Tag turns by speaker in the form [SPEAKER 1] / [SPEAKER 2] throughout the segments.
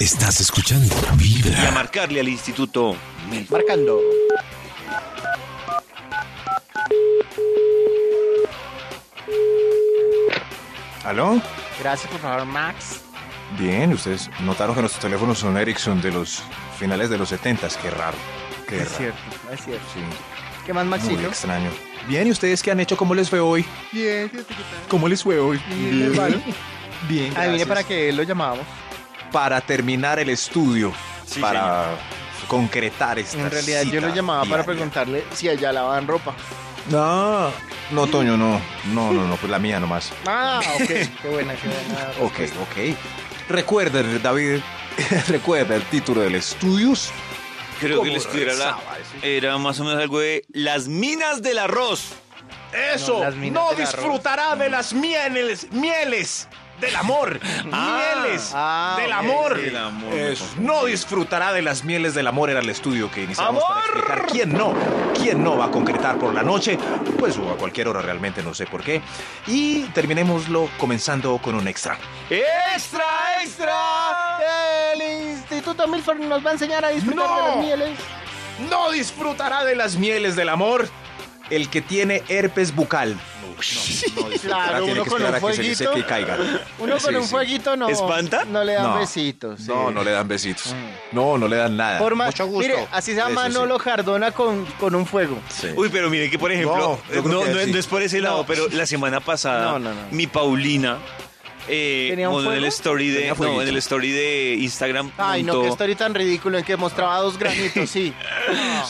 [SPEAKER 1] Estás escuchando Vibra.
[SPEAKER 2] Y a marcarle al Instituto Mel.
[SPEAKER 3] Marcando.
[SPEAKER 4] ¿Aló?
[SPEAKER 3] Gracias, por favor, Max.
[SPEAKER 4] Bien, ustedes notaron que nuestros teléfonos son Ericsson de los finales de los 70, qué raro. Qué
[SPEAKER 3] Es
[SPEAKER 4] raro.
[SPEAKER 3] cierto, es cierto.
[SPEAKER 4] Sí,
[SPEAKER 3] ¿Qué más,
[SPEAKER 4] muy
[SPEAKER 3] Maxito?
[SPEAKER 4] extraño. Bien, ¿y ustedes qué han hecho? ¿Cómo les fue hoy?
[SPEAKER 3] Bien, fíjate que tal.
[SPEAKER 4] ¿Cómo les fue hoy?
[SPEAKER 3] Bien, Álvaro.
[SPEAKER 4] Bien,
[SPEAKER 3] Adivine
[SPEAKER 4] gracias.
[SPEAKER 3] para qué lo llamábamos.
[SPEAKER 4] Para terminar el estudio,
[SPEAKER 2] Sí,
[SPEAKER 4] para concretar esta
[SPEAKER 3] En realidad yo
[SPEAKER 4] cita
[SPEAKER 3] lo llamaba para
[SPEAKER 4] diaria.
[SPEAKER 3] preguntarle si allá lavaban ropa.
[SPEAKER 4] No, no, Toño, no. No, no, no, pues la mía nomás.
[SPEAKER 3] Ah, ok. qué buena, qué buena.
[SPEAKER 4] Ok,
[SPEAKER 3] respuesta.
[SPEAKER 4] ok. Recuerda, David, recuerda el título del estudios.
[SPEAKER 2] Creo que les pudiera hablar. Era más o menos algo de las minas del arroz.
[SPEAKER 3] Eso, las minas no del arroz. disfrutará
[SPEAKER 5] de las mieles, mieles del amor,
[SPEAKER 2] mieles
[SPEAKER 3] ah, del ok, amor.
[SPEAKER 2] Del amor.
[SPEAKER 4] Eso.
[SPEAKER 2] me
[SPEAKER 4] No disfrutará de las mieles del amor era el estudio que iniciamos
[SPEAKER 5] ¡Amor!
[SPEAKER 4] para explicar quién no, quién no va a concretar por la noche, pues o a cualquier hora realmente, no sé por qué. Y terminémoslo comenzando con un extra.
[SPEAKER 5] ¡Extra, extra!
[SPEAKER 3] El Instituto Milford nos va a enseñar a disfrutar
[SPEAKER 4] No.
[SPEAKER 3] de los mieles.
[SPEAKER 4] No disfrutará de las mieles del amor el que tiene herpes bucal. No, disfrutará,
[SPEAKER 3] Claro,
[SPEAKER 4] tiene
[SPEAKER 3] Ah, uno
[SPEAKER 4] que
[SPEAKER 3] con
[SPEAKER 4] esperar
[SPEAKER 3] un
[SPEAKER 4] a que se, se
[SPEAKER 3] fueguito.
[SPEAKER 4] que caiga.
[SPEAKER 3] Uno
[SPEAKER 4] Sí,
[SPEAKER 3] con un
[SPEAKER 4] sí.
[SPEAKER 3] fueguito no.
[SPEAKER 2] ¿Espanta?
[SPEAKER 3] No le dan
[SPEAKER 4] No.
[SPEAKER 3] besitos. sí.
[SPEAKER 4] No, no le dan besitos. No, no le dan nada.
[SPEAKER 3] Mm. Por más,
[SPEAKER 4] Mucho gusto.
[SPEAKER 3] Mire, así se
[SPEAKER 4] Eso
[SPEAKER 3] llama
[SPEAKER 4] sí.
[SPEAKER 3] Manolo Cardona con, con un fuego.
[SPEAKER 4] Sí.
[SPEAKER 2] Uy, pero miren que, por ejemplo,
[SPEAKER 4] No,
[SPEAKER 2] eh,
[SPEAKER 4] yo
[SPEAKER 2] no,
[SPEAKER 4] creo que
[SPEAKER 2] no es-
[SPEAKER 4] sí.
[SPEAKER 2] no es por ese lado,
[SPEAKER 3] No.
[SPEAKER 2] pero la semana pasada,
[SPEAKER 3] No, no, no.
[SPEAKER 2] mi Paulina, eh,
[SPEAKER 3] ¿Tenía un
[SPEAKER 2] bueno, en el
[SPEAKER 3] fuego?
[SPEAKER 2] story de,
[SPEAKER 4] Tenía
[SPEAKER 2] no,
[SPEAKER 4] fueguito.
[SPEAKER 2] en el story de Instagram.
[SPEAKER 3] Ay, no,
[SPEAKER 2] montó-
[SPEAKER 3] qué historia tan ridícula en que mostraba dos granitos, sí.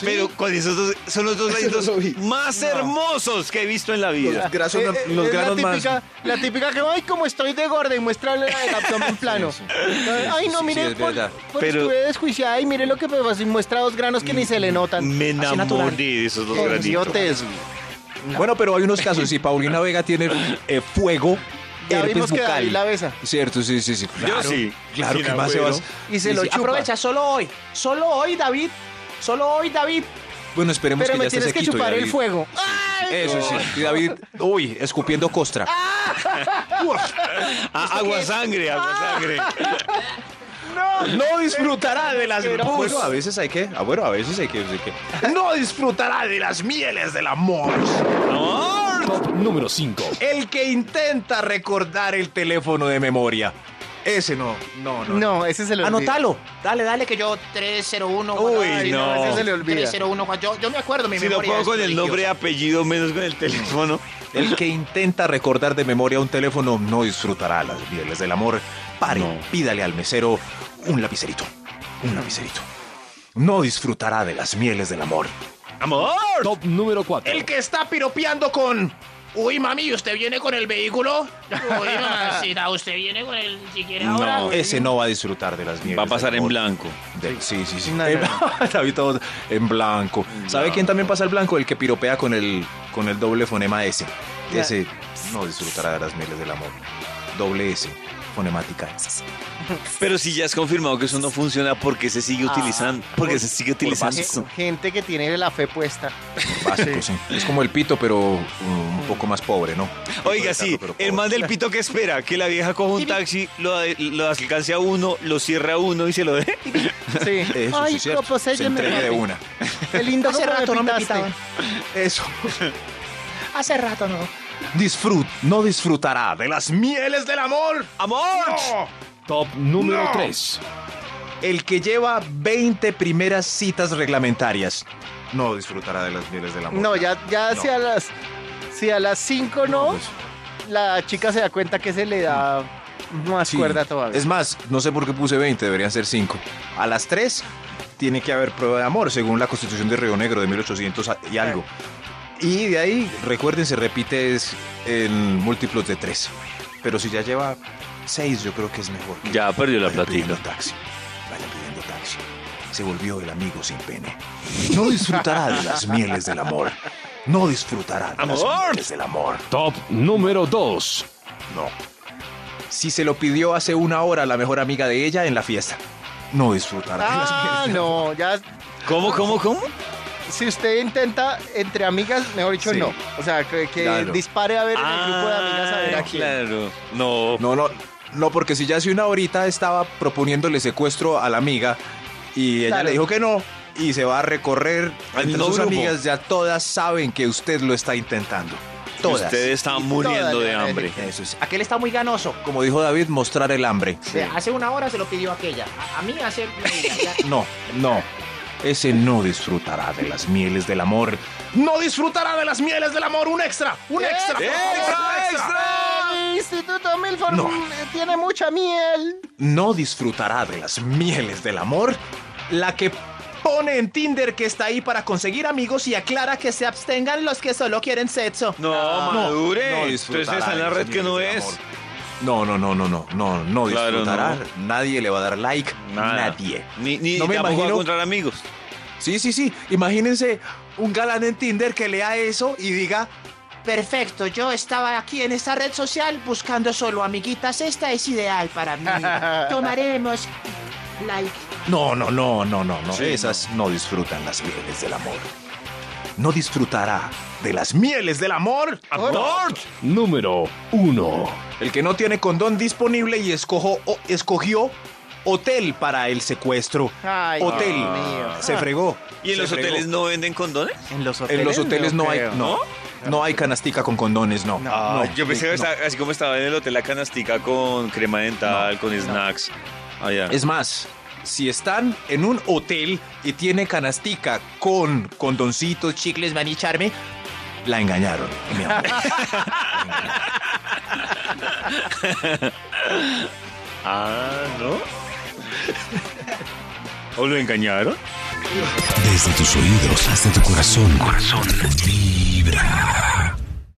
[SPEAKER 2] Pero con esos dos, son los dos granitos
[SPEAKER 4] lo vi.
[SPEAKER 2] más hermosos que he visto en la vida.
[SPEAKER 4] Grasos,
[SPEAKER 3] Eh, eh,
[SPEAKER 4] los
[SPEAKER 3] es
[SPEAKER 4] granos
[SPEAKER 3] la
[SPEAKER 4] más.
[SPEAKER 3] típica, La típica que, ay, como estoy de gorda y muéstrale el abdomen plano. Ay, no,
[SPEAKER 4] sí,
[SPEAKER 3] mire,
[SPEAKER 4] sí, es
[SPEAKER 3] por,
[SPEAKER 4] verdad.
[SPEAKER 3] por
[SPEAKER 2] Pero-
[SPEAKER 3] estuve desjuiciada y mire lo que me pasó y muestra dos granos que ni se le
[SPEAKER 4] Mm,
[SPEAKER 3] notan.
[SPEAKER 2] Me enamoré
[SPEAKER 3] natural.
[SPEAKER 2] de esos dos
[SPEAKER 3] Qué
[SPEAKER 2] granitos.
[SPEAKER 3] idiotes.
[SPEAKER 4] Bueno, pero hay unos casos. Si Paulina Vega tiene eh, fuego,
[SPEAKER 3] Ya
[SPEAKER 4] herpes
[SPEAKER 3] vimos que
[SPEAKER 4] bucal.
[SPEAKER 3] David la besa.
[SPEAKER 4] Cierto, sí, sí, sí. Claro,
[SPEAKER 2] sí.
[SPEAKER 4] Claro,
[SPEAKER 2] Sin
[SPEAKER 4] que más se
[SPEAKER 2] agüero.
[SPEAKER 4] vas.
[SPEAKER 3] Y se lo
[SPEAKER 4] sí,
[SPEAKER 3] chupa.
[SPEAKER 4] aprovecha,
[SPEAKER 3] solo hoy. Solo hoy, David. Solo hoy, David.
[SPEAKER 4] Bueno, esperemos
[SPEAKER 3] Pero
[SPEAKER 4] que
[SPEAKER 3] me
[SPEAKER 4] ya esté
[SPEAKER 3] tienes que
[SPEAKER 4] sequito,
[SPEAKER 3] chupar
[SPEAKER 4] y
[SPEAKER 3] el
[SPEAKER 4] David- Ah,
[SPEAKER 3] fuego. Ay,
[SPEAKER 4] Eso
[SPEAKER 3] no.
[SPEAKER 4] sí. Y David, uy, escupiendo costra.
[SPEAKER 2] Ah, agua sangre, agua sangre.
[SPEAKER 4] No disfrutará de las
[SPEAKER 3] Pero-
[SPEAKER 4] Bueno, a veces hay que. Ah, bueno, a veces hay que. hay que-
[SPEAKER 5] No disfrutará de las mieles del amor.
[SPEAKER 2] Amor.
[SPEAKER 1] Top número 5.
[SPEAKER 4] El que intenta recordar el teléfono de memoria. Ese no. No, no.
[SPEAKER 3] No, ese se lo olvida.
[SPEAKER 4] Anótalo.
[SPEAKER 6] Dale, dale, que yo 301.
[SPEAKER 2] Uy,
[SPEAKER 6] Ay,
[SPEAKER 2] no.
[SPEAKER 3] Ese se le olvida.
[SPEAKER 6] 301, Juan. Yo, yo me acuerdo, mi
[SPEAKER 2] Si lo
[SPEAKER 6] memoria
[SPEAKER 2] pongo
[SPEAKER 6] es
[SPEAKER 2] con el nombre y
[SPEAKER 6] prodigiosa.
[SPEAKER 2] apellido, menos con el teléfono.
[SPEAKER 4] El que intenta recordar de memoria un teléfono no disfrutará las mieles del amor. Pare,
[SPEAKER 2] No.
[SPEAKER 4] pídale al mesero un lapicerito. Un lapicerito. No disfrutará de las mieles del amor.
[SPEAKER 2] ¡Amor!
[SPEAKER 1] Top número 4.
[SPEAKER 5] El que está piropeando con.
[SPEAKER 6] Uy, mami, ¿usted viene con el vehículo? Uy,
[SPEAKER 7] Ah.
[SPEAKER 6] mamacita, ¿usted viene con el si
[SPEAKER 7] Eh,
[SPEAKER 6] quiere
[SPEAKER 2] No. Eh,
[SPEAKER 6] ahora? güey?
[SPEAKER 4] Ese no va a disfrutar de las mieles.
[SPEAKER 2] Va a pasar en
[SPEAKER 4] del amor.
[SPEAKER 2] blanco.
[SPEAKER 4] De- sí, sí, sí.
[SPEAKER 3] No, no,
[SPEAKER 4] David, todo en blanco. ¿Sabe quién también pasa el blanco? El que piropea con el, con el doble fonema S.
[SPEAKER 3] Ya.
[SPEAKER 4] Ese no disfrutará de las mieles del amor. Doble S, fonemática S.
[SPEAKER 2] Pero si ya has confirmado que eso no funciona, ¿por qué se sigue
[SPEAKER 3] Ah,
[SPEAKER 2] utilizando? ¿Por qué se sigue utilizando?
[SPEAKER 3] Gen- Gente que tiene la fe puesta.
[SPEAKER 4] Básico, sí. Es como el pito, pero um, un poco más pobre, ¿no?
[SPEAKER 2] Oiga, sí,
[SPEAKER 4] Pero pobre.
[SPEAKER 2] el man del pito que espera, que la vieja coja un taxi, lo, lo alcance a uno, lo cierre a uno y se lo dé.
[SPEAKER 3] Sí.
[SPEAKER 4] Eso sí
[SPEAKER 3] Ay, pues,
[SPEAKER 4] es cierto.
[SPEAKER 3] copo,
[SPEAKER 4] Se
[SPEAKER 3] sélleme,
[SPEAKER 4] entregue de
[SPEAKER 3] papi.
[SPEAKER 4] una.
[SPEAKER 3] Qué lindo
[SPEAKER 6] Hace
[SPEAKER 3] cómo
[SPEAKER 6] rato no me
[SPEAKER 3] pintaste.
[SPEAKER 6] pitaban.
[SPEAKER 4] Eso.
[SPEAKER 6] Hace rato no.
[SPEAKER 4] Disfrut, no disfrutará de las mieles del amor.
[SPEAKER 2] ¡Amor!
[SPEAKER 5] No.
[SPEAKER 1] Top número
[SPEAKER 5] No.
[SPEAKER 1] 3.
[SPEAKER 4] El que lleva 20 primeras citas reglamentarias no disfrutará de las mieles del amor.
[SPEAKER 3] No, ya, ya
[SPEAKER 4] No.
[SPEAKER 3] si a las si a las 5 no,
[SPEAKER 4] pues,
[SPEAKER 3] la chica se da cuenta que se le da más
[SPEAKER 4] sí.
[SPEAKER 3] cuerda todavía.
[SPEAKER 4] Es más, no sé por qué puse 20, deberían ser 5. A las 3 tiene que haber prueba de amor, según la Constitución de Río Negro de 1800 a- y algo. Y de ahí, recuerden, se repite es en múltiplos de 3. Pero si ya lleva 6, yo creo que es mejor. que
[SPEAKER 2] Ya perdió la
[SPEAKER 4] vaya
[SPEAKER 2] platica.
[SPEAKER 4] pidiendo taxi. Vaya pidiendo taxi. Se volvió el amigo sin pene. No disfrutará de las mieles del amor. No disfrutará de las
[SPEAKER 2] ¡Amor!
[SPEAKER 4] mieles del amor.
[SPEAKER 1] Top número 2.
[SPEAKER 4] No. Si se lo pidió hace una hora a la mejor amiga de ella en la fiesta. No disfrutará de las
[SPEAKER 3] ah,
[SPEAKER 4] mieles del amor.
[SPEAKER 3] no, ya
[SPEAKER 2] ¿Cómo, cómo, cómo?
[SPEAKER 3] si usted intenta entre amigas, mejor dicho
[SPEAKER 4] Sí.
[SPEAKER 3] no. O sea, que, que
[SPEAKER 4] Claro. Ah,
[SPEAKER 3] dispare a ver en el grupo de amigas a ver
[SPEAKER 2] Ah,
[SPEAKER 3] a quién.
[SPEAKER 2] claro. No.
[SPEAKER 4] No, no. No, porque si ya hace una horita estaba proponiéndole secuestro a la amiga y ella
[SPEAKER 3] Claro.
[SPEAKER 4] le dijo que no y se va a recorrer
[SPEAKER 2] Al
[SPEAKER 4] entre sus
[SPEAKER 2] novio.
[SPEAKER 4] amigas, ya todas saben que usted lo está intentando. Todas.
[SPEAKER 2] Usted está muriendo
[SPEAKER 3] le
[SPEAKER 2] de
[SPEAKER 3] van a
[SPEAKER 2] hambre.
[SPEAKER 4] Eso es.
[SPEAKER 7] Aquel está muy ganoso.
[SPEAKER 4] Como dijo David, mostrar el hambre.
[SPEAKER 7] Vea, Hace una hora se lo pidió aquella. A, a mí hace... ya-
[SPEAKER 4] No, no. Ese no disfrutará de las mieles del amor.
[SPEAKER 5] No disfrutará de las mieles del amor. Un extra, un extra. por favor, un
[SPEAKER 3] El Instituto Milford
[SPEAKER 4] ¡Eh! No.
[SPEAKER 3] eh, tiene mucha miel.
[SPEAKER 4] No disfrutará de las mieles del amor.
[SPEAKER 5] La que pone en Tinder que está ahí para conseguir amigos y aclara que se abstengan los que solo quieren sexo.
[SPEAKER 2] No,
[SPEAKER 4] no
[SPEAKER 2] madure. Entonces
[SPEAKER 4] disfrutará
[SPEAKER 2] está en la
[SPEAKER 4] de
[SPEAKER 2] red que no
[SPEAKER 4] señores del
[SPEAKER 2] es.
[SPEAKER 4] No, no, no, no, no, no, no
[SPEAKER 2] Claro,
[SPEAKER 4] disfrutará.
[SPEAKER 2] no.
[SPEAKER 4] Nadie le va a dar like.
[SPEAKER 2] Nada.
[SPEAKER 4] Nadie.
[SPEAKER 2] Ni, ni
[SPEAKER 4] No
[SPEAKER 2] tampoco
[SPEAKER 4] me
[SPEAKER 2] va a
[SPEAKER 4] imagino-
[SPEAKER 2] encontrar amigos.
[SPEAKER 4] Sí, sí, sí. Imagínense un galán en Tinder que lea eso y diga,
[SPEAKER 7] Perfecto, yo estaba aquí en esta red social buscando solo amiguitas. Esta es ideal para mí. Tomaremos like.
[SPEAKER 4] no, no, no, no, no, no.
[SPEAKER 2] Sí,
[SPEAKER 4] Esas no disfrutan las mieles del amor. No disfrutará de las...
[SPEAKER 5] Las mieles del amor.
[SPEAKER 2] Abort.
[SPEAKER 1] Número 1.
[SPEAKER 4] Ah, El que no tiene condón disponible y escojo, o- escogió hotel para el secuestro.
[SPEAKER 3] Ay,
[SPEAKER 4] hotel.
[SPEAKER 3] Dios mío.
[SPEAKER 4] Se fregó.
[SPEAKER 2] ¿Y en
[SPEAKER 4] Se
[SPEAKER 2] los
[SPEAKER 4] fregó.
[SPEAKER 2] hoteles no venden condones?
[SPEAKER 7] En los
[SPEAKER 4] En los hoteles no hay...
[SPEAKER 3] creo.
[SPEAKER 4] No, no hay canastica con condones, no.
[SPEAKER 2] Ah,
[SPEAKER 4] No,
[SPEAKER 2] yo pensé que
[SPEAKER 4] no.
[SPEAKER 2] estaba- así como estaba en el hotel la canastica con crema dental, con snacks. Ah, Allá.
[SPEAKER 4] Es más, si están en un hotel y tiene canastica con condoncitos, chicles, manicharme, la engañaron. mi amor.
[SPEAKER 2] Ah, ¿no? ¿O lo engañaron?
[SPEAKER 8] Desde tus oídos hasta tu corazón. Corazón. Vibra.